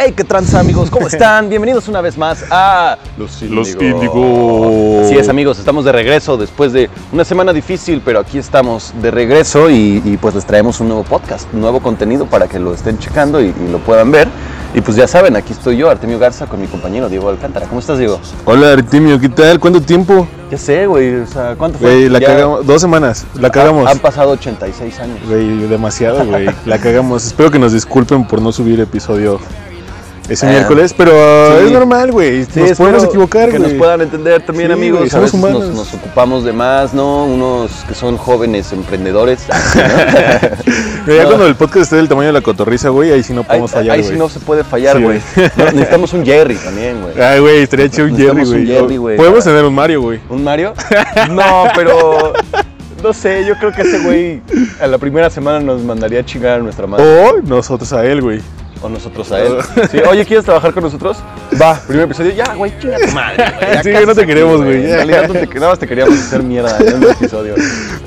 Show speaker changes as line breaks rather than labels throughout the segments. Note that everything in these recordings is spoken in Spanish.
Hey, qué tranza, amigos, ¿cómo están? Bienvenidos una vez más a Los
Los Índigos.
Así es, amigos, estamos de regreso después de una semana difícil, pero aquí estamos de regreso y, y, pues les traemos un nuevo podcast, un nuevo contenido para que lo estén checando y, y lo puedan ver. Y pues ya saben, aquí estoy yo, Artemio Garza, con mi compañero Diego Alcántara. ¿Cómo estás, Diego?
Hola Artemio, ¿qué tal? ¿Cuánto tiempo?
Ya sé, güey, o sea, ¿cuánto fue?
Güey, la
Ya Ah,
cagamos. Dos semanas, la cagamos.
Han pasado 86 años.
Güey, demasiado, güey. La cagamos. Espero que nos disculpen por no subir episodio ese
Ah.
miércoles, pero ah,
Sí.
es normal, güey.
Sí,
nos podemos
espero
equivocar,
Que
güey.
nos puedan entender también,
Sí,
amigos.
güey,
a
somos
veces nos,
humanos.
nos ocupamos de más, ¿no? Unos que son jóvenes emprendedores. ¿no?
Mira, ya
No.
cuando el podcast esté del tamaño de la cotorriza, güey, ahí sí no
Ahí,
podemos fallar,
ahí
güey.
sí no se puede fallar,
Sí,
güey. No, necesitamos un Jerry también, güey.
Ay, Ah, güey, estaría chido un Jerry,
Necesitamos un Jerry,
güey.
güey,
Podemos
para-
tener un Mario, güey.
¿Un Mario? No, pero. No sé, yo creo que ese güey a la primera semana nos mandaría a chingar a nuestra madre.
O nosotros a él, güey.
O nosotros a él. Sí, oye, ¿quieres trabajar con nosotros? Va, primer episodio. Ya, güey, chinga tu madre. güey, ya
Sí, no te
cásate,
queremos, güey.
En realidad no te, nada más te queríamos hacer mierda en un episodio.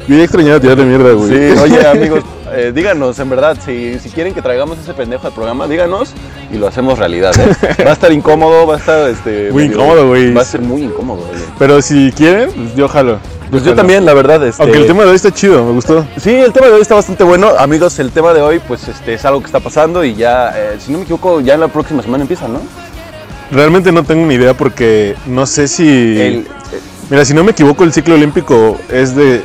Yo ya extrañaba tirar de mierda, güey.
Sí, oye amigos, eh, díganos en verdad, si, si quieren que traigamos ese pendejo al programa, díganos y lo hacemos realidad. ¿eh? Va a estar incómodo, va a estar este,
Muy incómodo, güey.
Va a ser muy incómodo, güey.
Pero si quieren, pues yo jalo.
Pues
jalo.
yo también, la verdad, este...
Aunque el tema de hoy está chido, me gustó.
Sí, el tema de hoy está bastante bueno. Amigos, el tema de hoy pues este, es algo que está pasando y ya, eh, si no me equivoco, ya la próxima semana empieza, ¿no?
Realmente no tengo ni idea porque no sé si.
El-
Mira, si no me equivoco, el ciclo olímpico es de.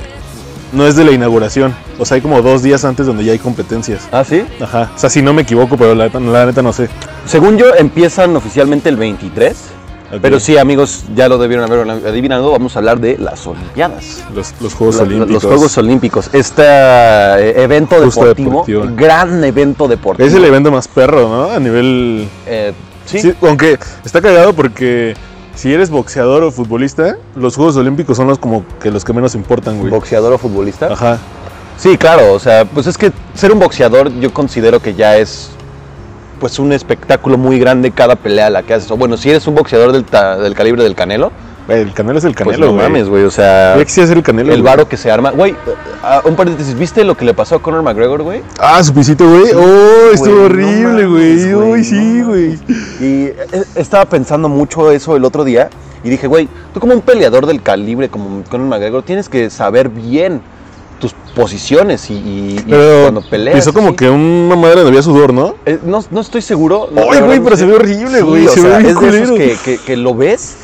No es de la inauguración. O sea, hay como dos días antes donde ya hay competencias.
¿Ah, sí?
Ajá. O sea, si no me equivoco, pero la, la neta no sé.
Según yo, empiezan oficialmente el 23.
Ok.
Pero sí, amigos, ya lo debieron haber adivinado, vamos a hablar de las Olimpiadas.
Los, los Juegos
La- la-
Olímpicos.
Los Juegos Olímpicos. Este eh, evento
Justo
deportivo,
deportivo.
gran evento deportivo.
Es el evento más perro, ¿no? A nivel.
Eh, sí.
Sí, aunque está cagado porque si eres boxeador o futbolista, los Juegos Olímpicos son los como que los que menos importan, güey.
boxeador o futbolista.
Ajá.
Sí, claro, o sea, pues es que ser un boxeador yo considero que ya es pues un espectáculo muy grande cada pelea la que haces. O bueno, si eres un boxeador del, ta- del calibre del Canelo,
El canelo es el
pues
canelo,
no
güey.
mames, güey, o sea,
Ya quisiera ser el canelo.
el
güey.
varo que se arma. Güey, eh, ah, un paréntesis, ¿viste lo que le pasó a Conor McGregor, güey?
Ah, su pisito, güey. Oh, estuvo
Güey, no
horrible,
mames,
güey.
güey,
Uy,
no
sí,
mames.
güey.
Y eh, estaba pensando mucho eso el otro día y dije, güey, tú como un peleador del calibre como Conor McGregor tienes que saber bien tus posiciones y, y- y
Pero
cuando peleas.
Pisó como
sí.
que una madre donde había sudor, ¿no?
Eh, no, no estoy seguro. la
Ay,
verdad,
güey,
no
pero
sé.
se ve horrible,
Sí,
güey,
o
se ve
sea,
bien
es de esos
culero.
que, que- que lo ves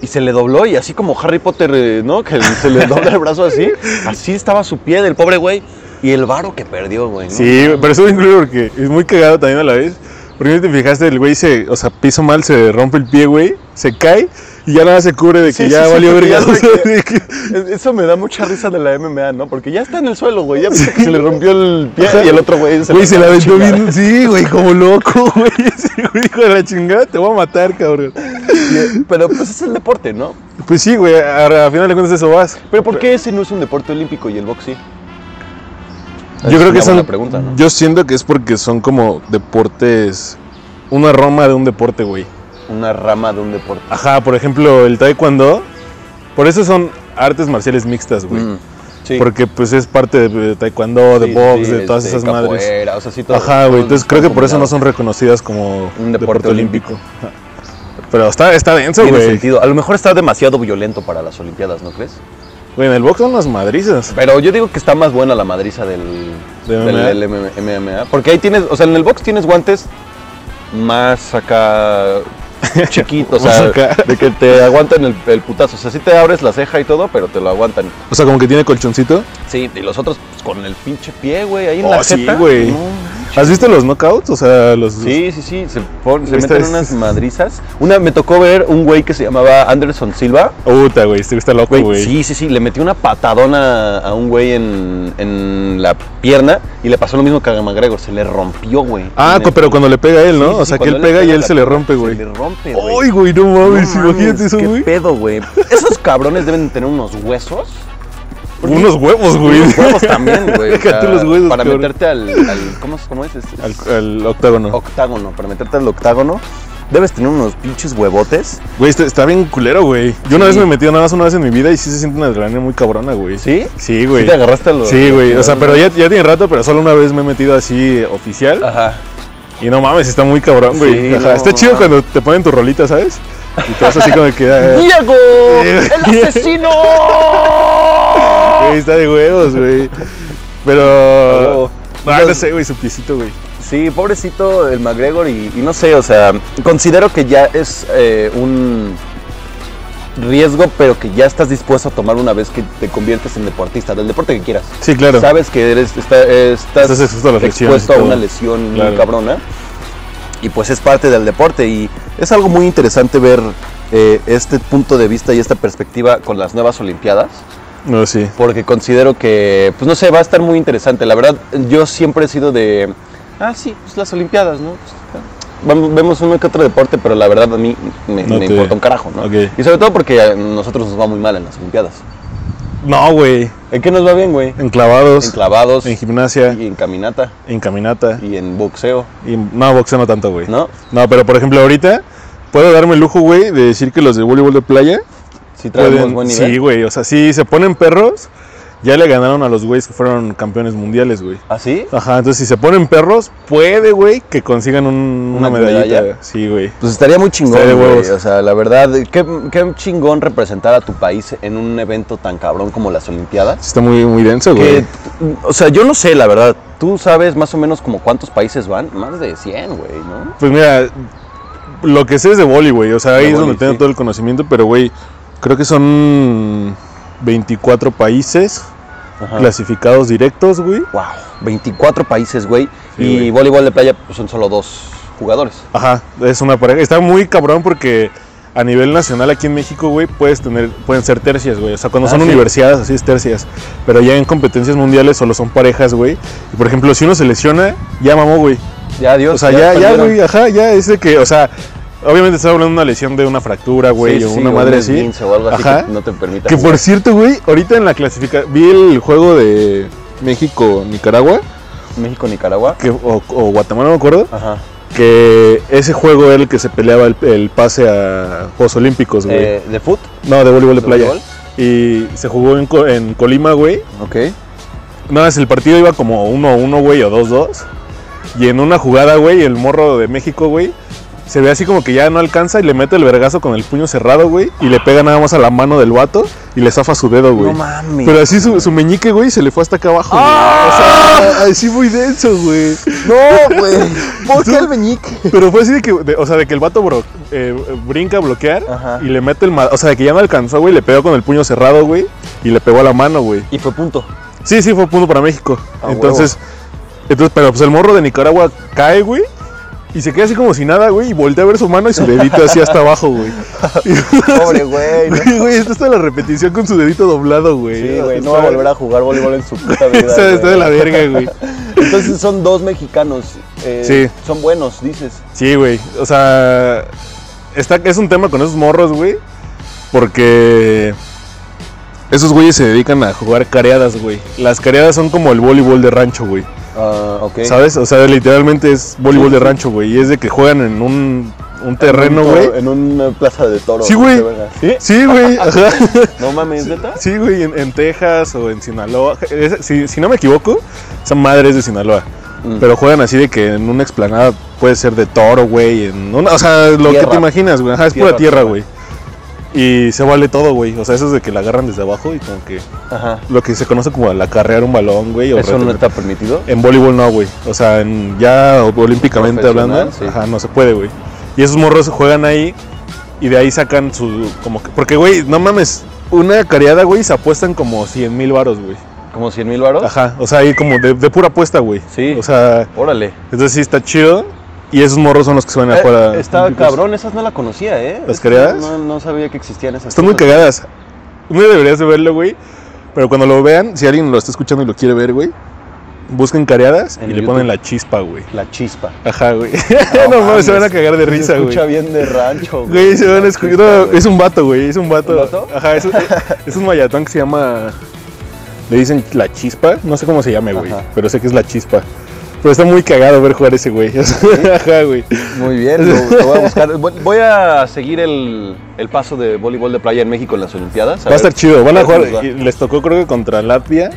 y se le dobló y así como Harry Potter, eh, ¿no? Que se le dobla el brazo así. Así estaba su pie del pobre güey. Y el varo que perdió, güey. ¿no?
Sí, pero estuvo incluido porque es muy cagado también a la vez. Porque no te fijaste, el güey se, o sea, piso mal, se rompe el pie, güey, se cae y ya nada se cubre de que
Sí,
ya
sí, sí,
valió
porque
verga.
ya
o sea,
se-
de que-
Es- Eso me da mucha risa de la MMA, ¿no? Porque ya está en el suelo, güey. Ya
Sí.
se le rompió el pie y el otro güey se
Güey, se la
acaba de
aventó
chingar.
bien, sí, güey, como loco, güey. Ese güey, hijo de la chingada, te voy a matar, cabrón.
Pero pues es el deporte, ¿no?
Pues sí, güey, ahora, al final de cuentas eso vas.
Pero ¿por qué ese no es un deporte olímpico y el box sí?
Yo creo que
es una
son.
buena pregunta, ¿no?
Yo siento que es porque son como deportes. Una rama de un deporte, güey.
Una rama de un deporte.
Ajá, por ejemplo, el taekwondo. Por eso son artes marciales mixtas, güey.
Mm, Sí.
Porque pues es parte de, de taekwondo, de
Sí,
box,
sí,
de todas
este,
esas madres.
capoeira, o sea, sí, todo-
Ajá, güey.
todo
Entonces creo que por eso no
combinado.
son reconocidas como
Un deporte olímpico.
Ajá. Pero está, está denso,
Tiene
güey.
sentido. A lo mejor está demasiado violento para las Olimpiadas, ¿no crees?
Güey, en el box son las madrizas.
Pero yo digo que está más buena la madriza del,
¿De
del-
MMA?
del MM- MMA. Porque ahí tienes, o sea, en el box tienes guantes más acá chiquitos, o
Más
sea,
acá.
de que te aguantan el, el putazo. O sea, sí te abres la ceja y todo, pero te lo aguantan.
O sea, como que tiene colchoncito.
Sí, y los otros pues, con el pinche pie, güey, ahí en
Oh,
la
sí,
jeta.
güey. ¿Has visto los knockouts? O sea, los...
Sí, sí, sí, se, pon- se
Esta
meten
es-
unas madrizas. Una, me tocó ver un güey que se llamaba Anderson Silva.
Puta, güey. Este güey está loco,
Güey,
güey.
sí, sí, sí, le metió una patadona a un güey en, en la pierna y le pasó lo mismo que a McGregor, se le rompió, güey.
Ah,
En
cu-
el-
pero cuando le pega a él, ¿no?
Sí,
o
sí,
sea, que
cuando
él pega y él
la
se le
pierna,
rompe, güey.
Se le rompe, güey.
Ay, güey, no
No
mames, imagínate
mames,
eso,
qué
güey.
pedo, güey. Esos cabrones deben tener unos huesos. porque-
Unos huevos, güey.
Unos huevos también, güey. o
Deja tú
sea,
los huesos,
para
cabrón.
meterte al, al- ¿cómo, es- cómo es? Es- es
Al, eh. al octágono.
octágono, para meterte al octágono. Debes tener unos pinches huevotes.
Güey, está, está bien culero, güey. Yo una
Sí.
vez me metí nada más una vez en mi vida y sí se siente una adrenalina muy cabrona, güey.
¿Sí?
Sí,
¿Sí
güey.
te agarraste a los
Sí, güey. O sea,
los-
pero ya, ya tiene rato, pero solo una vez me he metido así eh, oficial.
Ajá.
Y no mames, está muy cabrón, güey.
Ah. Sí,
Ajá,
no,
está chido
mames.
cuando te ponen tu rolita, ¿sabes? Y te vas así como que. ah,
¡Diego! ¡El asesino!
güey, está de huevos, güey. Pero. ah,
Luego,
No,
los-
no sé, güey, su piecito, güey.
Sí, pobrecito el McGregor y, y no sé, o sea, considero que ya es eh, un riesgo, pero que ya estás dispuesto a tomar una vez que te conviertes en deportista, del deporte que quieras.
Sí, claro.
Sabes que eres, está- eh, estás,
Estás expuesto a las lesiones
expuesto
y
a
todo.
una lesión muy
Claro.
cabrona y pues es parte del deporte y es algo muy interesante ver eh, este punto de vista y esta perspectiva con las nuevas Olimpiadas
No, sí.
porque considero que, pues no sé, va a estar muy interesante. La verdad, yo siempre he sido de, ah, sí, pues las Olimpiadas, ¿no? Pues, ah, vamos- vemos uno que otro deporte, pero la verdad a mí me,
No
me
te-
importa un carajo, ¿no?
Ok.
Y sobre todo porque a nosotros nos va muy mal en las Olimpiadas.
No, güey.
¿En qué nos va bien, güey?
Enclavados.
En clavados,
En gimnasia.
y en caminata,
En caminata.
y en boxeo,
Y no, boxeo no tanto, güey.
¿no?
No, pero por ejemplo, ahorita puedo darme el lujo, güey, de decir que los de voleibol de playa
Sí traemos
pueden-
buen nivel.
Sí, güey. O sea, si se ponen perros, ya le ganaron a los güeyes que fueron campeones mundiales, güey.
¿Ah, sí?
Ajá, entonces si se ponen perros, puede, güey, que consigan un-
Una
una, medallita.
medalla.
Sí, güey.
Pues estaría muy chingón,
Estaría de
güey.
huevos.
O sea, la verdad, qué, qué chingón representar a tu país en un evento tan cabrón como las Olimpiadas.
Está muy, muy denso,
Que,
güey.
o sea, yo no sé, la verdad. Tú sabes más o menos como cuántos países van. Más de 100, güey, ¿no?
Pues mira, lo que sé es de boli, güey. O sea, ahí
De
es
vóley,
donde tengo
sí.
todo el conocimiento, pero, güey, creo que son 24 países clasificados directos, güey.
Wow, 24 países, güey.
Sí,
y
güey.
voleibol de playa pues, son solo dos jugadores.
Ajá, es una pareja. Está muy cabrón porque a nivel nacional aquí en México, güey, puedes tener, pueden ser tercias, güey. O sea, cuando
Ah,
son
sí.
universidades, así es tercias. Pero ya en competencias mundiales solo son parejas, güey. Y por ejemplo, si uno se lesiona, ya mamó, güey.
Pues Ya, Dios.
O sea, ya, ya,
perdieron.
güey, ajá, ya es de que, o sea, obviamente estás hablando de una lesión de una fractura, güey,
Sí,
o
sí,
una
o
madre
un
así.
esguince o algo así
Ajá.
que no te permita
Que
jugar.
por cierto, güey, ahorita en la clasificación, vi el juego de México-Nicaragua,
México, Nicaragua.
que- o, o Guatemala, no me acuerdo
Ajá.
que ese juego era el que se peleaba el, el pase a Juegos Olímpicos, güey.
Eh, de foot.
no, de voleibol de
¿de
playa.
voleibol?
Y se jugó en, Co- en Colima, güey.
Ok.
Nada más el partido iba como 1-1, güey, o 2-2. Y en una jugada, güey, el morro de México, güey, se ve así como que ya no alcanza y le mete el vergazo con el puño cerrado, güey. Y le pega nada más a la mano del vato y le zafa su dedo, güey.
No mames.
Pero así su, su meñique, güey, se le fue hasta acá abajo. güey.
¡Ah!
O sea, así muy denso, güey.
No, güey. ¿Por qué el meñique?
Pero fue así de que, de- o sea, de que el vato bro- eh, brinca a bloquear
Ajá.
y le mete el... ma- O sea, de que ya no alcanzó, güey, le pegó con el puño cerrado, güey, y le pegó a la mano, güey.
Y fue punto.
Sí, sí, fue punto para México.
Ah,
entonces, entonces, pero pues el morro de Nicaragua cae, güey, y se queda así como si nada, güey, y voltea a ver su mano y su dedito así hasta abajo, güey.
Pobre güey. ¿no?
Güey, Güey, esto está la repetición con su dedito doblado, güey.
Sí, güey. No
Está-
va a volver a jugar voleibol en su puta vida.
Está, está de
güey.
la verga, güey.
Entonces son dos mexicanos. eh,
Sí.
Son buenos, dices.
Sí, güey. O sea, está, es un tema con esos morros, güey. Porque esos güeyes se dedican a jugar careadas, güey. Las careadas son como el voleibol de rancho, güey.
Ah, ok.
¿Sabes? O sea, literalmente es voleibol
Sí,
de
sí.
rancho, güey. Y es de que juegan en un, un terreno,
En un
güey.
toro- En una plaza de toros.
Sí, güey.
de verdad. ¿Sí?
Sí, güey. Ajá.
No mames, ¿neta?
Sí, güey, en, en Texas o en Sinaloa. Es- si, si no me equivoco, esa madre es de Sinaloa.
Mm.
Pero juegan así de que en una explanada puede ser de toro, güey. En una, o sea, lo que
Tierra.
te imaginas, güey. Ajá, es
Tierra,
pura tierra,
tierra.
güey. Y se vale todo, güey. O sea, eso es de que la agarran desde abajo y como que
Ajá.
lo que se conoce como al acarrear un balón, güey. o
¿Eso no
retener.
está permitido?
En voleibol no, güey. O sea, en- ya o- olímpicamente hablando,
Profesional, sí.
ajá, no se puede, güey. Y esos morros juegan ahí y de ahí sacan su. como que- Porque, güey, no mames. Una careada, güey, se apuestan como 100 mil varos, güey.
¿Como 100 mil varos?
Ajá, o sea, ahí como de, de pura apuesta, güey.
Sí.
O sea,
Órale.
entonces sí está chido. Y esos morros son los que suenan
Eh,
afuera.
está cabrón, esas no la conocía, ¿eh?
¿Las creadas?
No, no sabía que existían esas.
Están muy
cosas.
cagadas. No deberías de verlo, güey. Pero cuando lo vean, si alguien lo está escuchando y lo quiere ver, güey, busquen careadas
En
y le
YouTube.
ponen la chispa, güey.
La chispa.
Ajá, güey. No, mames, se van a cagar de
Se
risa, güey.
escucha bien de rancho.
Güey, se van a
La
escuchar.
chispa,
no,
güey.
es un vato, güey. Es un vato.
¿Un vato?
Ajá, es, es un mayatón que se llama. Le dicen la chispa. No sé cómo se llame, güey.
Ajá.
Pero sé que es la chispa. Pero está muy cagado ver jugar ese güey. O sea, Ajá, güey.
Muy bien, lo, lo voy a buscar. Voy- Voy a seguir el, el paso de voleibol de playa en México en las Olimpiadas.
Va a estar chido. Van
ver
a jugar.
cómo nos va.
y Les tocó, creo que contra Latvia.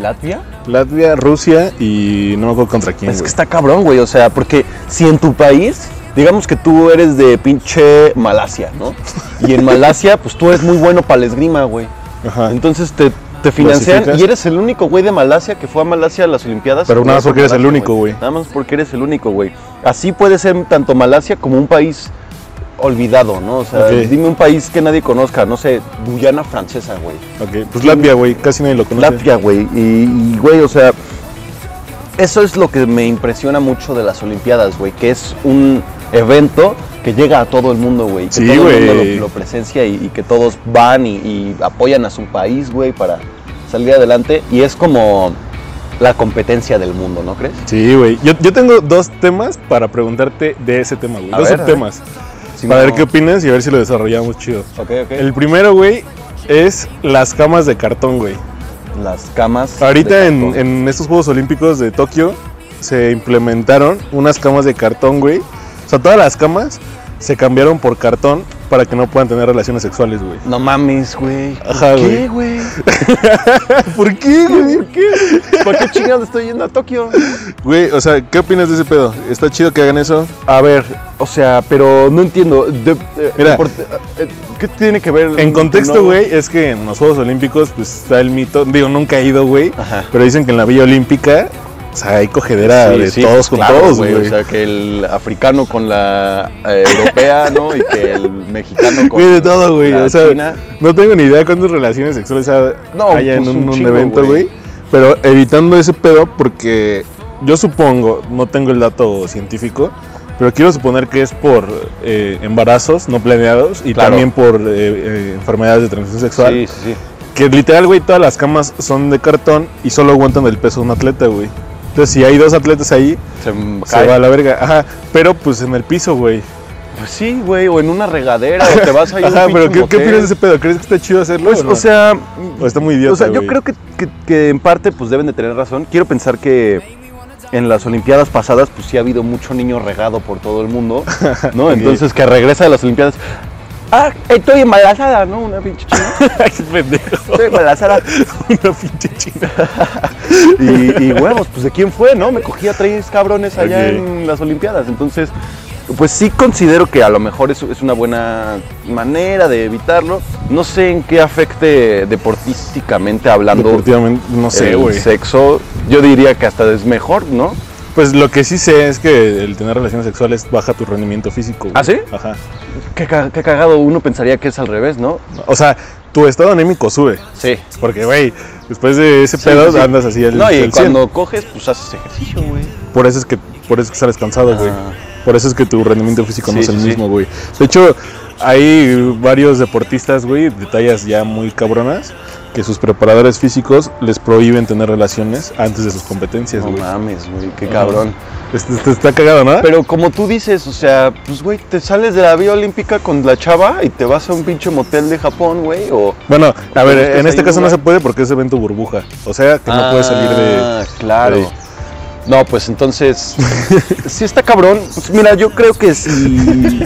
¿Latvia?
Latvia, Rusia y no me acuerdo contra quién.
Es que
güey.
está cabrón, güey. O sea, porque si en tu país, digamos que tú eres de pinche Malasia, ¿no? Y en Malasia, pues tú eres muy bueno para la esgrima, güey.
Ajá.
Entonces te, te financian
¿Clasificas?
y eres el único güey de Malasia que fue a Malasia a las Olimpiadas.
Pero nada más porque eres el
Malasia,
único, güey.
Nada más porque eres el único, güey. Así puede ser tanto Malasia como un país olvidado, ¿no? O sea,
Ok.
dime un país que nadie conozca, no sé, Guyana Francesa, güey.
Ok, pues Latvia, güey, casi nadie lo conoce.
Latvia, güey. Y, y, güey, o sea, eso es lo que me impresiona mucho de las Olimpiadas, güey, que es un evento que llega a todo el mundo, güey. Que
Sí,
todo el mundo
güey.
lo, lo presencia y, y que todos van y, y apoyan a su país, güey, para salir adelante. Y es como la competencia del mundo, ¿no crees?
Sí, güey. Yo, yo tengo dos temas para preguntarte de ese tema, güey.
A
Dos
ver, a
temas.
Si
para
no-
ver qué opinas y a ver si lo desarrollamos chido.
Ok, ok.
El primero, güey, es las camas de cartón, güey.
Las camas.
Ahorita
de
en,
cartón.
en estos Juegos Olímpicos de Tokio se implementaron unas camas de cartón, güey. O sea, todas las camas se cambiaron por cartón para que no puedan tener relaciones sexuales, güey.
No mames, güey. ¿Por
Ajá,
¿Qué, güey?
¿Por qué, güey?
qué? ¿Por qué chingados estoy yendo a Tokio?
Güey, o sea, ¿qué opinas de ese pedo? ¿Está chido que hagan eso?
A ver, o sea, pero no entiendo. de- eh,
Mira.
por- eh, ¿Qué tiene que ver?
En contexto,
Mm, No.
güey, es que en los Juegos Olímpicos, pues está el mito. Digo, nunca he ido, güey.
Ajá.
Pero dicen que en la Villa Olímpica, o sea, hay cogedera Ah, de
sí,
todos con
claro,
todos, güey.
O sea, que el africano con la eh, europea, ¿no? Y que el mexicano con
Güey, de todo, güey.
la
O sea,
china.
no tengo ni idea cuántas relaciones sexuales ha-
No,
haya
pues,
en
un
un, un
chingo,
evento,
güey.
güey. Pero evitando ese pedo, porque yo supongo, no tengo el dato científico, pero quiero suponer que es por eh, embarazos no planeados y
Claro.
también por eh, eh, enfermedades de transmisión sexual.
Sí, sí, sí.
Que literal, güey, todas las camas son de cartón y solo aguantan el peso de un atleta, güey. Entonces, si hay dos atletas ahí,
Se,
se
cae.
va a la verga. Ajá, pero pues en el piso, güey.
Pues sí, güey, o en una regadera, o te vas a ir a un
Ajá, pero
pinche
¿qué, qué
motel.
opinas de ese pedo? ¿Crees que está chido hacerlo?
Pues,
o, no?
o sea,
O está muy idiota,
O sea, yo
güey.
creo que, que- que en parte pues deben de tener razón. Quiero pensar que en las Olimpiadas pasadas pues sí ha habido mucho niño regado por todo el mundo, ¿no?
Ok.
Entonces que regresa de las Olimpiadas. Ah, estoy embarazada, ¿no? Una pinche china.
Ay, qué pendejo.
Estoy embarazada.
Una pinche china.
Y, y huevos, pues de quién fue, ¿no? Me cogía tres cabrones allá
Ok.
en las Olimpiadas. Entonces, pues sí considero que a lo mejor es, es una buena manera de evitarlo. No sé en qué afecte deportísticamente hablando
Deportivamente, no sé,
el
güey.
sexo, yo diría que hasta es mejor, ¿no?
Pues lo que sí sé es que el tener relaciones sexuales baja tu rendimiento físico. güey.
¿Ah, sí?
Ajá.
Qué, ca- qué cagado, uno pensaría que es al revés, ¿no?
O sea, tu estado anémico sube.
Sí.
Porque, güey, después de ese pedo
sí.
andas así el,
No, y
el 100.
cuando coges, pues haces ejercicio, güey.
Por eso es que, por eso es que sales cansado, güey.
Ah.
Por eso es que tu rendimiento físico
Sí,
no es el
sí, sí.
mismo, güey. De hecho, hay varios deportistas, güey, de tallas ya muy cabronas, que sus preparadores físicos les prohíben tener relaciones antes de sus competencias,
No
güey.
mames, güey, qué cabrón.
Este- este está cagado, ¿no?
Pero como tú dices, o sea, pues güey, te sales de la vía olímpica con la chava y te vas a un pinche motel de Japón, güey, o...
bueno, a
Pero es
ver,
que
en este
hay
caso
una-
no se puede porque es evento burbuja. O sea, que no puedes salir de...
Ah, claro.
de-
No, pues entonces, si está cabrón, pues mira, yo creo que si...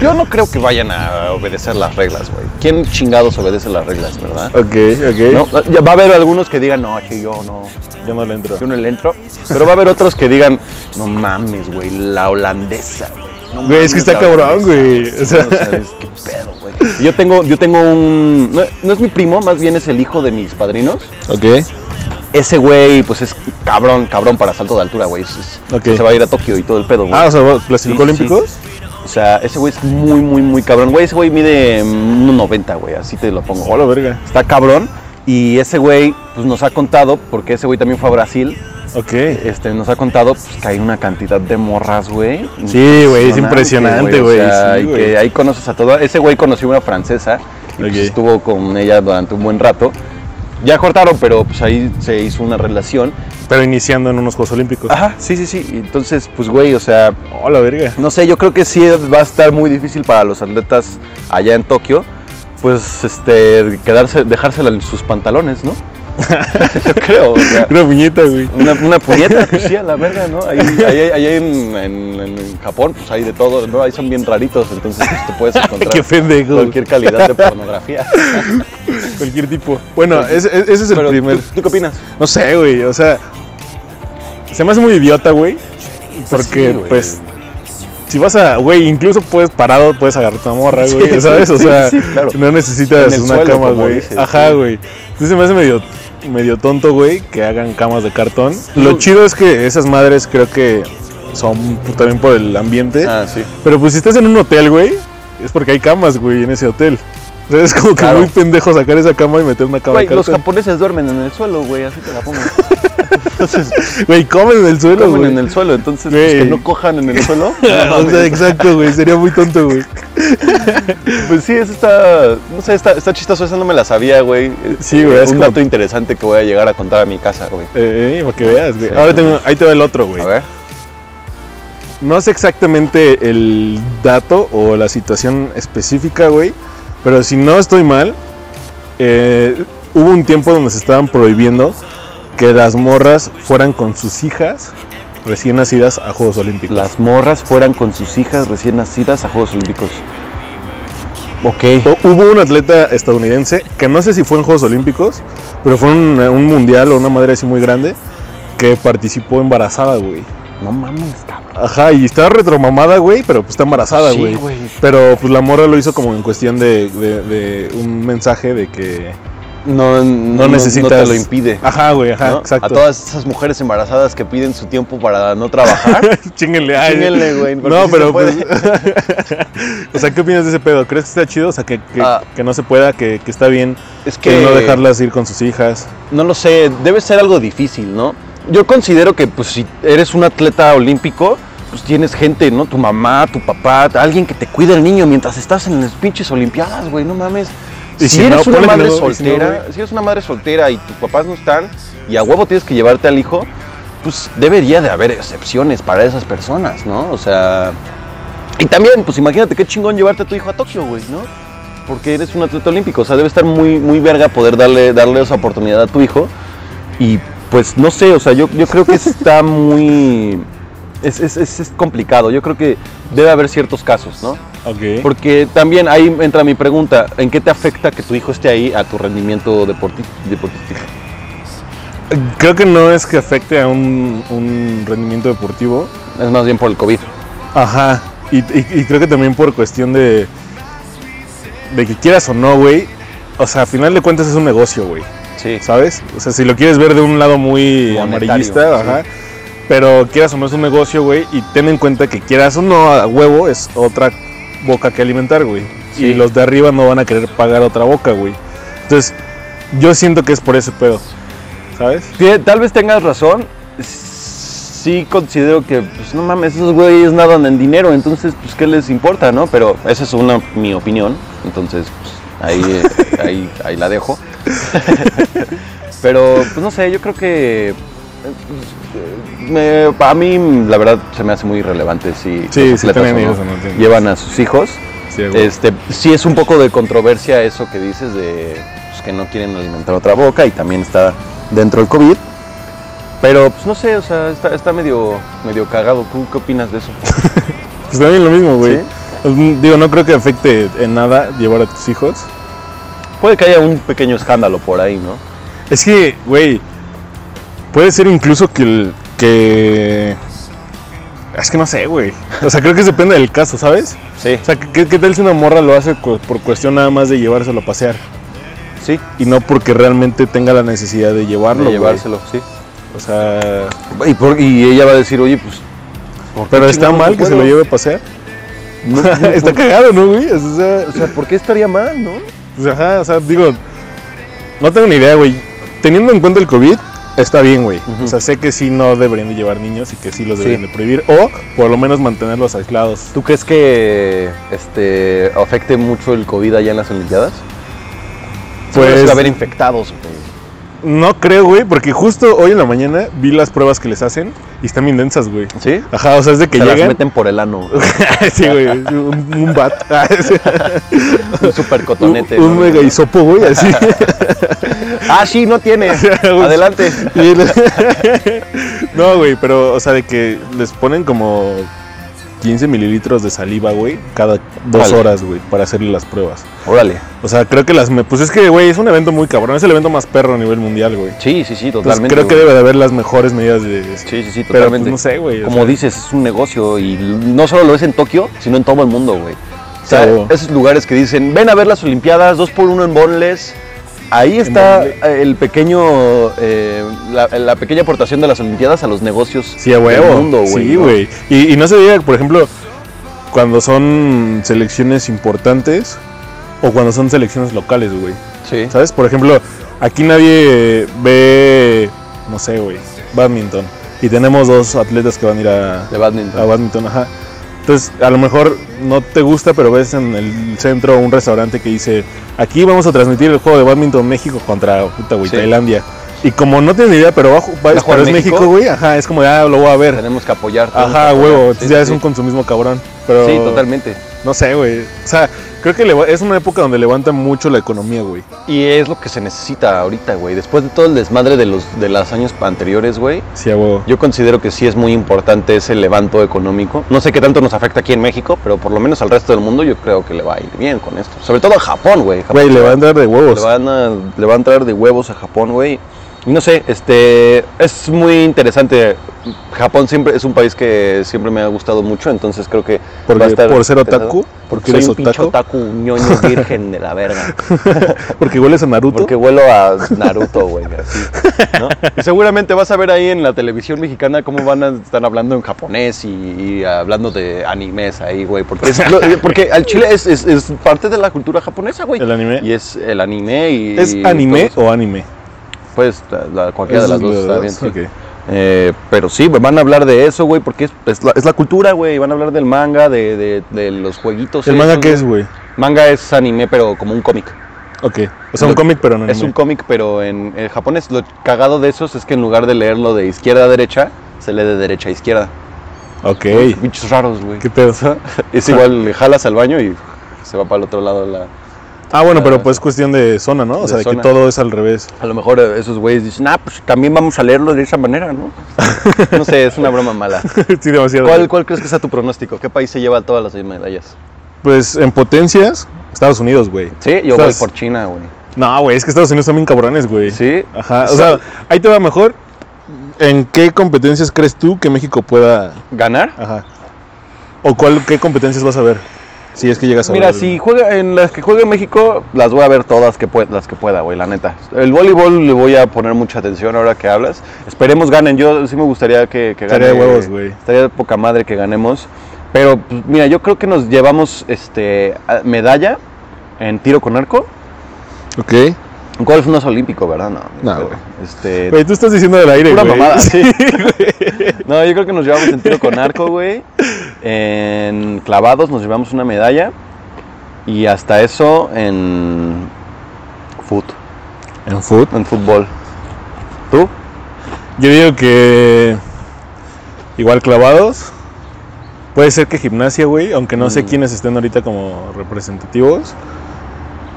Yo no creo que vayan a obedecer las reglas, güey. ¿Quién chingados obedece las reglas, verdad?
Ok,
No, ya va a haber algunos que digan, no, que yo no,
No, yo no le entro.
yo no le entro. Pero va a haber otros que digan, no mames, güey, la holandesa, güey. no
Güey, es que
mames,
está
la
cabrón,
holandesa".
güey. O sea,
No sabes qué pedo, güey. Y Yo tengo, yo tengo un. No, no es mi primo, más bien es el hijo de mis padrinos.
ok.
Ese güey, pues es cabrón, cabrón para salto de altura, güey. Es- es-
Ok.
Se va a ir a Tokio y todo el pedo, güey.
Ah, o sea, ¿clasificó
Sí,
olímpicos?
O sea, ese güey es muy, muy, muy cabrón. Güey, ese güey mide mm, 1.90, güey, así te lo pongo.
Hola, verga.
Está cabrón. Y ese güey pues, nos ha contado, porque ese güey también fue a Brasil,
Ok.
este, nos ha contado pues, que hay una cantidad de morras, güey.
Sí, güey, es impresionante,
o
güey,
sea,
sí,
y
güey.
que ahí conoces a todo. Ese güey conoció una francesa y pues,
Ok.
estuvo con ella durante un buen rato. Ya cortaron, pero pues ahí se hizo una relación.
Pero iniciando en unos Juegos Olímpicos.
Ajá, sí, sí, sí. Entonces, pues, güey, o sea,
Hola, verga.
no sé, yo creo que sí va a estar muy difícil para los atletas allá en Tokio, pues, este, quedarse, dejársela en sus pantalones, ¿no? Yo creo, o sea,
Una puñeta, güey.
Una, una puñeta, pues sí, a la verga, ¿no? Ahí, ahí, ahí en, en- en Japón, pues hay de todo, ¿no? Ahí son bien raritos, entonces pues, te puedes
Qué
encontrar
pendejo.
cualquier calidad de pornografía.
Cualquier tipo. Bueno, ese, ese es el
Pero,
primer.
¿tú, tú qué opinas?
No sé, güey. O sea, se me hace muy idiota, güey. Porque,
sí, güey.
pues, si vas a, güey, incluso puedes parado, puedes agarrar una morra, güey,
Sí,
¿sabes? O
sí,
sea,
sí, claro.
no necesitas
En el
una
suelo,
cama,
como
güey.
dices,
Ajá,
sí.
güey. Entonces se me hace medio, medio tonto, güey, que hagan camas de cartón. Lo chido es que esas madres creo que son también por el ambiente.
Ah, sí.
Pero pues si estás en un hotel, güey, es porque hay camas, güey, en ese hotel. O sea, es como que
Claro.
muy pendejo sacar esa cama y meter una cama
Güey,
de
los
cartón.
japoneses duermen en el suelo, güey, así te la pongo. Entonces,
Güey, comen en el suelo,
duermen
güey.
en el suelo, entonces pues,
Güey.
que no cojan en el suelo. Ah,
o sea, exacto, güey. Sería muy tonto, güey.
Pues sí, eso está, no sé, está, está chistoso, esa no me la sabía, güey. Eh,
Sí, güey, es
Un
como-
dato interesante que voy a llegar a contar a mi casa, güey.
Eh, eh, para que veas, güey. Ahora tengo, ahí te va el otro, güey.
A ver.
No sé exactamente el dato o la situación específica, güey. Pero si no estoy mal, eh, hubo un tiempo donde se estaban prohibiendo que las morras fueran con sus hijas recién nacidas a Juegos Olímpicos.
las morras fueran con sus hijas recién nacidas a Juegos Olímpicos.
Ok. Hubo un atleta estadounidense que no sé si fue en Juegos Olímpicos, pero fue un, un mundial o una madre así muy grande que participó embarazada, güey.
No mames, cabrón.
Ajá, y está retromamada, güey, pero pues está embarazada,
Sí,
güey.
güey.
pero pues la morra lo hizo como en cuestión de, de- de un mensaje de que
No,
no, necesitas.
No te lo impide.
Ajá, güey, ajá,
¿no?
exacto.
A todas esas mujeres embarazadas que piden su tiempo para no trabajar.
Chinguenle, ay.
Chínguenle, güey, porque
No,
sí se
pero pues.
puede.
o sea, ¿qué opinas de ese pedo? ¿Crees que está chido? O sea, que, que-
Ah.
que no se pueda, que, que está bien.
es que
Que no dejarlas ir con sus hijas.
no lo sé, debe ser algo difícil, ¿no? Yo considero que pues si eres un atleta olímpico, pues tienes gente, ¿no? Tu mamá, tu papá, alguien que te cuida el niño mientras estás en las pinches olimpiadas, güey, no mames. Si,
Y si
eres
no,
una
ponle que
madre
no, y si no,
soltera, si eres una madre soltera y tus papás no están y a huevo tienes que llevarte al hijo, pues debería de haber excepciones para esas personas, ¿no? O sea, y también, pues imagínate qué chingón llevarte a tu hijo a Tokio, güey, ¿no? Porque eres un atleta olímpico, o sea, debe estar muy, muy verga poder darle, darle esa oportunidad a tu hijo. Y pues no sé, o sea, yo, yo creo que está muy... Es, es- es- es complicado, yo creo que debe haber ciertos casos, ¿no?
Ok.
Porque también ahí entra mi pregunta, ¿en qué te afecta que tu hijo esté ahí a tu rendimiento deporti- deportivo?
Creo que no es que afecte a un, un rendimiento deportivo.
Es más bien por el COVID.
Ajá. Y, y- y creo que también por cuestión de. de que quieras o no, güey. O sea, a final de cuentas es un negocio, güey.
Sí.
¿Sabes? O sea, si lo quieres ver de un lado muy
Monetario,
amarillista,
sí.
ajá. Pero quieras o no es un negocio, güey. Y ten en cuenta que quieras o no, a huevo es otra boca que alimentar, güey.
Sí.
Y los de arriba no van a querer pagar otra boca, güey. Entonces, yo siento que es por ese pedo. ¿Sabes?
Tie- Tal vez tengas razón. Sí considero que, pues no mames, esos güeyes nadan en dinero, entonces, pues, ¿qué les importa, no? Pero esa es una, mi opinión, entonces, pues, ahí, eh, ahí, ahí la dejo. Pero, pues, no sé, yo creo que... eh, pues, eh, me- a mí, la verdad, se me hace muy irrelevante si
Sí,
los
sí,
atletas
también
o
ellos no tienen-
llevan a sus hijos.
Sí, güey.
Este, sí es un poco de controversia eso que dices de pues, que no quieren alimentar otra boca y también está dentro el COVID. Pero pues no sé, o sea, está, está medio, medio cagado. ¿Tú qué opinas de eso?
Pues también lo mismo, güey.
¿Sí?
Mm, Digo, no creo que afecte en nada llevar a tus hijos.
Puede que haya un pequeño escándalo por ahí, ¿no?
Es que, güey, puede ser incluso que el- que... Es que no sé, güey. O sea, creo que depende del caso, ¿sabes?
Sí,
O sea, ¿qué, qué tal si una morra lo hace cu- por cuestión nada más de llevárselo a pasear?
sí,
Y no porque realmente tenga la necesidad de llevarlo,
de
güey.
llevárselo, sí.
O sea...
Y, por- y ella va a decir, oye, pues. ¿por qué
Pero está
chingados
mal
no
que se
puedo?
lo lleve a pasear.
No, no,
está cagado, ¿no, güey? O sea,
o sea, ¿por qué estaría mal, no?
Pues ajá, o sea, digo, no tengo ni idea, güey. Teniendo en cuenta el COVID, está bien, güey.
Ujú.
O sea, sé que sí no deberían de llevar niños y que sí los
Sí.
deberían de prohibir. O por lo menos mantenerlos aislados.
¿Tú crees que este afecte mucho el COVID allá en las Olimpiadas?
Pues-
Debe haber infectados, güey.
No creo, güey, porque justo hoy en la mañana vi las pruebas que les hacen y están bien densas, güey.
¿Sí?
Ajá, o sea, es de que
Se las
llegan.
meten por el ano.
sí, güey, un, un bat.
Un super
un
cotonete.
un
¿no?
mega hisopo, güey, así.
Ah, sí, no tienes. Adelante.
Y le- no, güey, pero, o sea, de que les ponen como 15 mililitros de saliva, güey, cada dos
Vale.
horas, güey, para hacerle las pruebas.
Órale.
O sea, creo que las. me- Pues es que, güey, es un evento muy cabrón. Es el evento más perro a nivel mundial, güey.
Sí, sí, sí,
Entonces
totalmente.
Pues, creo que
güey.
debe de haber las mejores medidas de.
Sí, sí, sí,
Pero pues,
totalmente.
no sé, güey. o
Como dices, es un negocio y no solo lo es en Tokio, sino en todo el mundo, güey. O sea,
Sí, güey.
esos lugares que dicen, ven a ver las Olimpiadas, dos por uno en Bonles. Ahí está
Bonles.
eh, el pequeño, eh, la, la pequeña aportación de las Olimpiadas a los negocios
Sí, a
del
huevo.
mundo, güey.
sí,
¿no?
güey. Y, y no se diga, por ejemplo, cuando son selecciones importantes o cuando son selecciones locales, güey.
Sí.
¿Sabes? Por ejemplo, aquí nadie ve, no sé, güey, badminton. Y tenemos dos atletas que van a ir a,
De badminton.
a badminton, ajá. Entonces, a lo mejor no te gusta, pero ves en el centro un restaurante que dice, aquí vamos a transmitir el juego de badminton México contra puta, güey,
Sí.
Tailandia. Y como no tienes ni idea, pero va, a ju- va-
¿Va a jugar
pero es
México?
México, güey, ajá, es como, ya lo voy a ver.
Tenemos que apoyar. tenemos que
Ajá,
apoyar.
huevo,
Sí,
entonces ya
sí,
es
sí.
un consumismo cabrón. Pero,
Sí, totalmente.
No sé, güey. O sea, creo que leva- es una época donde levanta mucho la economía, güey.
Y es lo que se necesita ahorita, güey. Después de todo el desmadre de los de los años anteriores, güey,
Sí, a huevo.
yo considero que sí es muy importante ese levanto económico. No sé qué tanto nos afecta aquí en México, pero por lo menos al resto del mundo yo creo que le va a ir bien con esto. Sobre todo a Japón, güey. Japón
Güey, le va a andar de
le
huevos.
van a, le va a entrar de huevos a Japón, güey. Y no sé, este, es muy interesante. Japón siempre es un país que siempre me ha gustado mucho, entonces creo que
Porque-
va a estar
por ser
interesado.
otaku, porque
porque soy
eres
un pinche
otaku.
otaku ñoño virgen de la verga.
Porque hueles a Naruto.
Porque vuelo a Naruto, güey. así, ¿no? Y seguramente vas a ver ahí en la televisión mexicana cómo van a estar hablando en japonés y, y hablando de animes ahí, güey. Porque, es lo- porque al chile es, es- es parte de la cultura japonesa, güey.
¿El anime?
Y es el anime y.
¿Es
y
anime
todo eso.
o anime?
Pues la- la- cualquiera de las
Esos
dos está
dos,
bien, sí.
ok.
Eh, pero sí, güey, van a hablar de eso, güey, porque es, es la, es la cultura, güey. Van a hablar del manga, de, de- de los jueguitos.
¿El manga
esos,
qué es, güey?
Manga es anime, pero como un cómic.
Ok. O sea, un
Lo-
cómic, pero no anime.
Es un cómic, pero en, en japonés lo cagado de esos es que en lugar de leerlo de izquierda a derecha, se lee de derecha a izquierda.
Ok.
Bichos raros, güey.
¿Qué pedo?
Es igual, le jalas al baño y se va para el otro lado. la-
Ah, bueno, pero pues es cuestión de zona, ¿no? O
De
sea, de que
zona.
todo es al revés.
A lo mejor eh, esos güeyes dicen, ah, pues también vamos a leerlo de esa manera, ¿no? No sé, es una broma mala.
sí, demasiado.
¿Cuál, cuál crees que sea tu pronóstico? ¿Qué país se lleva todas las medallas?
Pues en potencias, Estados Unidos, güey.
Sí, yo
Estás-
voy por China, güey. Ah.
No, güey, es que Estados Unidos son bien cabrones, güey.
¿Sí?
Ajá. O sea, ahí te va mejor. ¿En qué competencias crees tú que México pueda.
¿Ganar?
Ajá. ¿O cuál, qué competencias vas a ver? Si es que llegas a
Mira,
ver.
si juega en las que juegue México, las voy a ver todas que pue- las que pueda, güey, la neta. El voleibol le voy a poner mucha atención ahora que hablas. Esperemos ganen. Yo sí me gustaría que, que
Estaría
gane.
de huevos, güey.
Estaría de poca madre que ganemos. Pero pues, mira, yo creo que nos llevamos este a- medalla en tiro con arco.
Ok.
Golf no es olímpico, ¿verdad? No.
No,
pero,
güey.
Este,
Güey, tú estás diciendo del aire,
Pura
güey.
mamada, sí. No, yo creo que nos llevamos en tiro con arco, güey. En clavados nos llevamos una medalla. Y hasta eso en. Foot,
En foot.
en fútbol. ¿Tú?
Yo digo que igual clavados. Puede ser que gimnasia, güey, aunque no sé
Mm.
quiénes estén ahorita como representativos.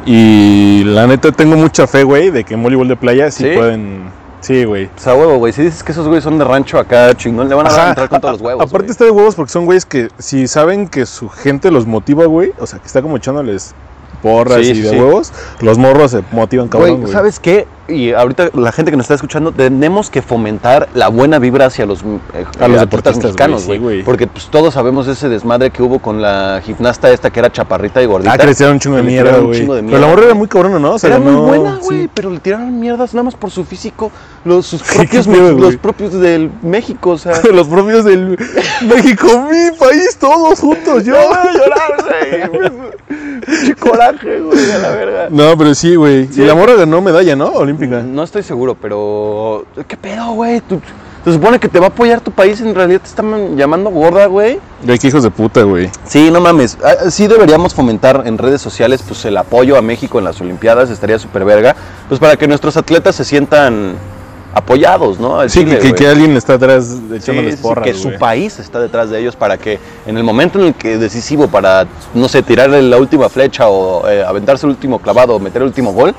Y la neta tengo mucha fe, güey, de que en voleibol de playa sí,
¿Sí?
pueden. Sí, güey.
O sea, Pues huevo, güey. Si dices que esos güeyes son de rancho acá, chingón, le van a
Ajá.
entrar con todos los huevos. güey.
Aparte este está de huevos porque son güeyes que si saben que su gente los motiva, güey, o sea, que está como echándoles porras
Sí,
y
sí,
de
sí.
huevos, los morros se motivan cabrón,
Güey,
güey.
¿sabes qué? Y ahorita la gente que nos está escuchando, tenemos que fomentar la buena vibra hacia los, eh,
A los
atletas
deportistas,
mexicanos,
güey, sí,
güey.
güey.
porque pues, todos sabemos ese desmadre que hubo con la gimnasta esta que era chaparrita y gordita.
Ah, que le tiraron un chingo de
Le
mierda,
tiraron un
güey.
chingo de
Pero la
mierda,
morra era
güey.
muy cabrona, ¿no? O sea,
Era muy
ganó-
buena, güey,
sí.
pero le tiraron mierdas nada más por su físico, los, sus propios,
pedo, güey?
los propios del México, o sea.
Los propios del México, mi país, todos juntos, yo.
llorar, güey. coraje, güey, a la verga.
No, pero sí, güey.
Sí.
Y la morra ganó medalla, ¿no? Olímpica.
No estoy seguro, pero. ¿Qué pedo, güey? Tú- Se supone que te va a apoyar tu país, en realidad te están llamando gorda, güey.
Güey, qué hijos de puta, güey.
Sí, no mames. Ah, Sí deberíamos fomentar en redes sociales pues el apoyo a México en las Olimpiadas, estaría súper verga. Pues para que nuestros atletas se sientan apoyados, ¿no? Al
Sí,
Chile,
que- que,
güey.
que alguien está atrás echándoles
Sí, sí, sí,
porras,
que
güey.
su país está detrás de ellos para que en el momento en el que es decisivo para, no sé, tirarle la última flecha o eh, aventarse el último clavado o meter el último gol,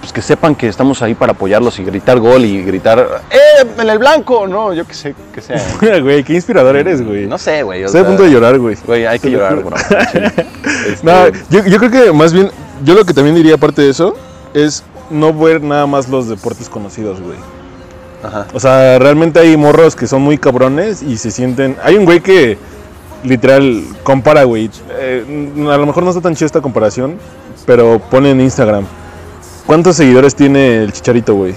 pues que sepan que estamos ahí para apoyarlos y gritar gol y gritar ¡Eh, en el blanco! No, yo que sé, que sea.
güey, qué inspirador eres, güey.
No sé, güey. o
Estoy a
sea,
punto de llorar, güey.
Güey, hay que
Te lo
llorar,
juro.
bro. Este,
No, yo, yo creo que más bien, yo lo que también diría aparte de eso es no ver nada más los deportes conocidos, güey.
ajá.
O sea, realmente hay morros que son muy cabrones y se sienten. Hay un güey que literal compara, güey. Eh, a lo mejor no está tan chida esta comparación, pero pone en Instagram. ¿Cuántos seguidores tiene el chicharito, güey?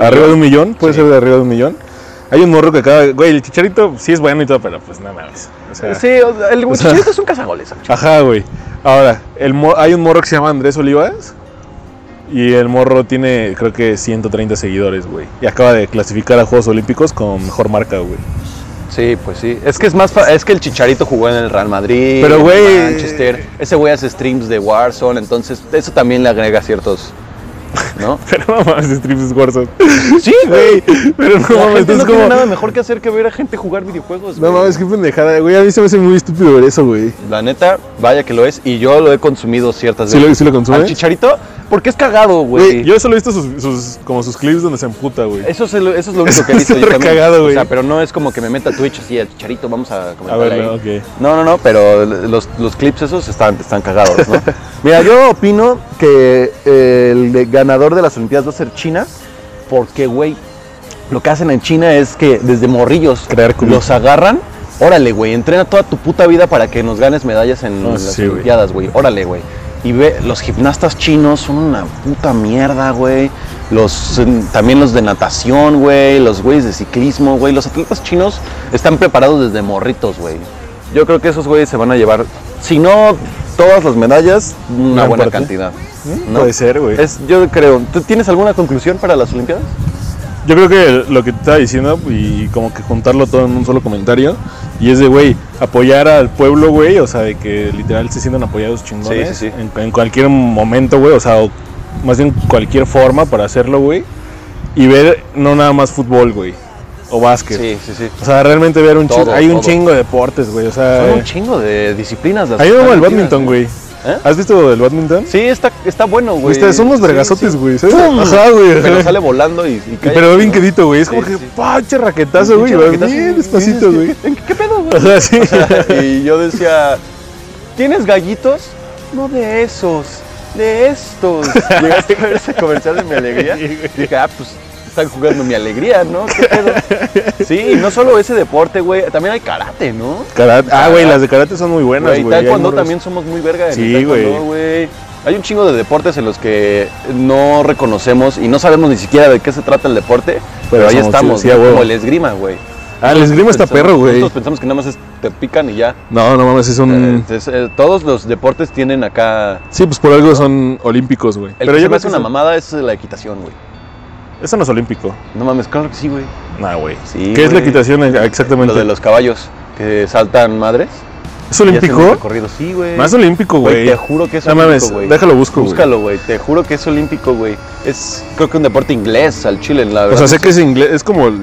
Arriba de un millón, puede
Mm, Sí.
ser de arriba de un millón. Hay un morro que cada. Güey, el chicharito sí es bueno y todo, pero pues nada más. O sea,
Sí, o sea, el
O sea-
Chicharito es un cazagoles. al chile.
Ajá, güey. Ahora, el mo- hay un morro que se llama Andrés Olivas. Y el morro tiene, creo que 130 seguidores, güey. Y acaba de clasificar a Juegos Olímpicos con mejor marca, güey.
Sí, pues sí. Es que es más fa- es que el Chicharito jugó en el Real Madrid,
Pero,
en
güey,
Manchester. Ese güey hace streams de Warzone, entonces eso también le agrega ciertos, ¿no?
Pero no mames, Streams es Warzone.
Sí,
Güey, pero no
La
mames,
gente
es
no tiene
como.
nada mejor que hacer que ver a gente jugar videojuegos.
No
güey.
mames, qué pendejada, güey. A mí se me hace muy estúpido ver eso, güey.
La neta, vaya que lo es. Y yo lo he consumido ciertas
¿Sí
veces.
lo, sí lo
¿Al
consumes?
Chicharito? Porque es cagado,
Güey,
güey.
yo solo he visto sus, sus- como sus clips donde se emputa, güey.
Eso es, el- eso es lo único que he visto.
Eso es
yo
re
también.
cagado,
O sea,
güey.
pero no es como que me meta a Twitch así, a Chicharito, vamos a
A
comentar
ver,
ahí.
ok.
No, no, no, pero los, los clips esos están, están cagados, ¿no? Mira, yo opino que eh, el de- ganador de las Olimpiadas va a ser China, porque, güey, lo que hacen en China es que desde morrillos
Crear club.
los agarran. Órale, güey, entrena toda tu puta vida para que nos ganes medallas en
Ah,
las
sí, güey.
Olimpiadas, güey. Órale, güey. Y ve, los gimnastas chinos son una puta mierda, güey. Los, eh, también los de natación, güey. Los güeyes de ciclismo, güey. Los atletas chinos están preparados desde morritos, güey. Yo creo que esos güeyes se van a llevar, si no todas las medallas, una
Gran
buena
parte.
cantidad. ¿no?
Puede ser, güey.
Es, yo creo. ¿Tú tienes alguna conclusión para las Olimpiadas?
Yo creo que lo que te estaba diciendo y como que juntarlo todo en un solo comentario y es de, güey, apoyar al pueblo, güey, o sea, de que literal se sientan apoyados chingones
Sí, sí, sí.
En, en cualquier momento, güey, o sea, o más bien cualquier forma para hacerlo, güey, y ver no nada más fútbol, güey, o básquet.
sí, sí.
O sea, realmente ver un
Todo,
chingo, hay un
todo.
chingo de deportes, güey, o
Son
sea,
un chingo de disciplinas. las
hay
que
uno
están
Eh. el
metidas,
badminton, güey.
¿Eh?
¿Has visto el badminton?
Sí, está, está bueno, güey.
Ustedes son unos
Sí,
vergazotes,
sí.
güey. ¿sabes?
¡Pum!
Ajá, güey.
Pero
ajá.
sale volando y, y cae.
Pero bien quedito, güey. Es como
Sí,
que,
sí.
pache, raquetazo, güey.
Pinche
va
raquetazo,
Bien
y
despacito,
dices,
güey.
¿Qué, qué- qué pedo, güey?
O sea, sí.
y yo decía, ¿tienes gallitos? No de esos, de estos. Llegaste a ver ese comercial de mi alegría. Dije, ah, pues están jugando mi alegría, ¿no? ¿Qué pedo? Sí, y no solo ese deporte, güey. También hay karate, ¿no?
Karate. Ah, güey, las de karate son muy buenas,
Güey,
güey. hay
taekwondo
morros.
también somos muy verga. en
Sí,
el taekwondo,
güey.
güey. Hay un chingo de deportes en los que no reconocemos y no sabemos ni siquiera de qué se trata el deporte, pero, ahí
somos-
estamos,
sí,
¿no?
a huevo.
como el esgrima, güey.
Ah, el esgrima está
Pensamos-
perro, güey. Mm.
Nosotros pensamos que nada más es- te pican y ya.
No, no mames, es un.
Entonces, eh, todos los deportes tienen acá...
Sí, pues por algo son olímpicos, güey.
El que se me
creo
hace una
eso-
mamada es la equitación, güey.
Eso no es olímpico.
No mames, claro que sí, güey.
Nah, güey.
Sí,
¿Qué es la
güey.
equitación eh, exactamente?
Lo de los caballos que saltan madres.
¿Es
y hacen un
olímpico?
recorrido. Sí, güey.
No es olímpico,
Güey,
güey.
te juro que es
No mames,
olímpico, güey.
déjalo busco, güey.
Búscalo, güey. Te juro que es olímpico, güey. Es, creo que un deporte inglés al chile, la
O
verdad.
sea, sé que es inglés, es como el.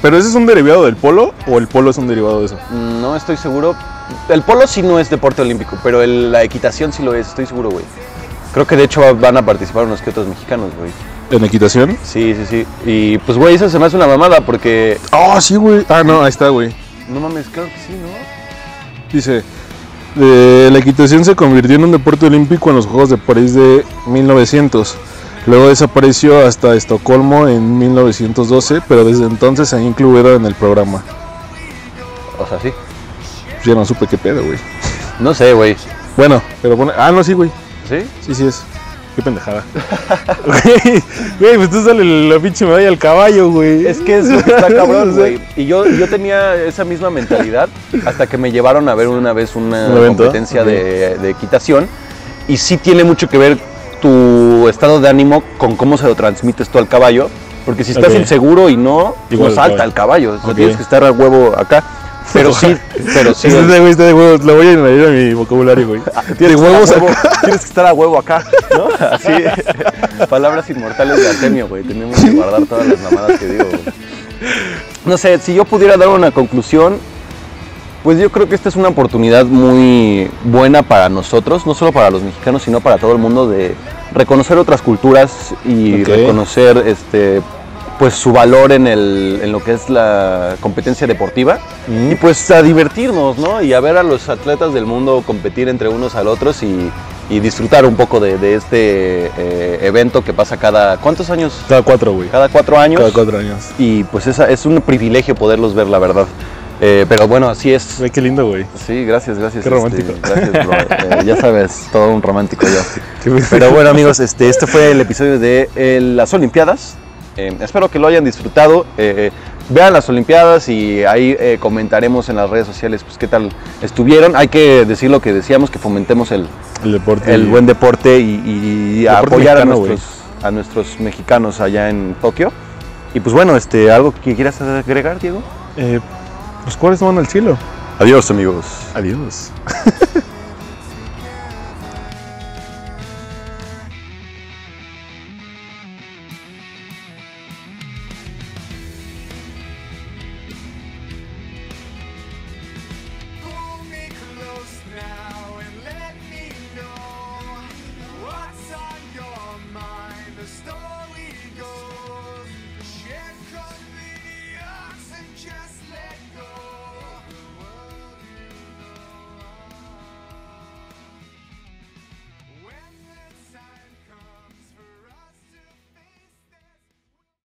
Pero ese es un derivado del polo o el polo es un derivado de eso.
No estoy seguro. El polo sí no es deporte olímpico, pero el- la equitación sí lo es, estoy seguro, güey. Creo que de hecho van a participar unos que otros mexicanos, güey.
¿En equitación?
Sí, sí, sí. Y pues, güey, eso se me hace una mamada porque.
Ah, sí, güey. Ah, no, ahí está, güey.
No mames, claro que sí, ¿no?
Dice, eh, la equitación se convirtió en un deporte olímpico en los Juegos de París de 1900. Luego desapareció hasta Estocolmo en 1912, pero desde entonces se ha incluido en el programa. Pues
O sea, sí.
Ya no supe qué pedo, güey.
No sé, güey.
Bueno, pero pone... Ah, no, sí, güey.
¿Sí?
Sí, sí es. Qué pendejada. Güey, güey, pues tú sale la pinche medalla al caballo, güey.
Es que es lo que está
O
cabrón,
sea,
güey. Y yo, yo tenía esa misma mentalidad hasta que me llevaron a ver una vez una
¿Un evento?
competencia
Ok.
de, de equitación. Y sí tiene mucho que ver tu estado de ánimo con cómo se lo transmites tú al caballo. Porque si estás
Ok.
inseguro y no, pues
Igual
no
el
salta
caballo.
al caballo. O sea,
Ok.
tienes que estar al huevo acá. Pero sí, pero sí.
Este güey está de huevos. Lo voy a añadir a mi vocabulario, güey.
Ah,
Este De huevos
a huevo,
acá.
tienes que estar a huevo acá, ¿no? Así. Palabras inmortales de Artemio, güey. Tenemos que guardar todas las mamadas que digo, güey. No sé, si yo pudiera dar una conclusión, Pues yo creo que esta es una oportunidad muy buena para nosotros, no solo para los mexicanos, sino para todo el mundo de reconocer otras culturas y
Ok.
reconocer este pues su valor en, el, en lo que es la competencia deportiva
Mm.
y pues a divertirnos, ¿no? Y a ver a los atletas del mundo competir entre unos al otros y, y disfrutar un poco de, de este eh, evento que pasa cada... ¿Cuántos años?
Cada cuatro, güey.
Cada cuatro años
Cada cuatro años.
y pues esa- es un privilegio poderlos ver, la verdad. Eh, pero bueno, así es.
Güey, qué lindo, güey.
Sí, gracias, gracias.
Qué romántico.
este, gracias, bro. Eh, ya sabes, todo un romántico yo.
Qué-
Pero bueno, amigos, este, este fue el episodio de eh, las Olimpiadas. Eh, espero que lo hayan disfrutado. Eh, vean las Olimpiadas y ahí eh, comentaremos en las redes sociales pues, qué tal estuvieron. Hay que decir lo que decíamos, que fomentemos el,
El deporte.
el buen deporte y, y
Deporte
apoyar
mexicano,
a, nuestros, a nuestros mexicanos allá en Tokio. Y pues bueno, este, ¿algo que quieras agregar, Diego?
Eh, los cuales van al cielo.
Adiós, amigos.
Adiós.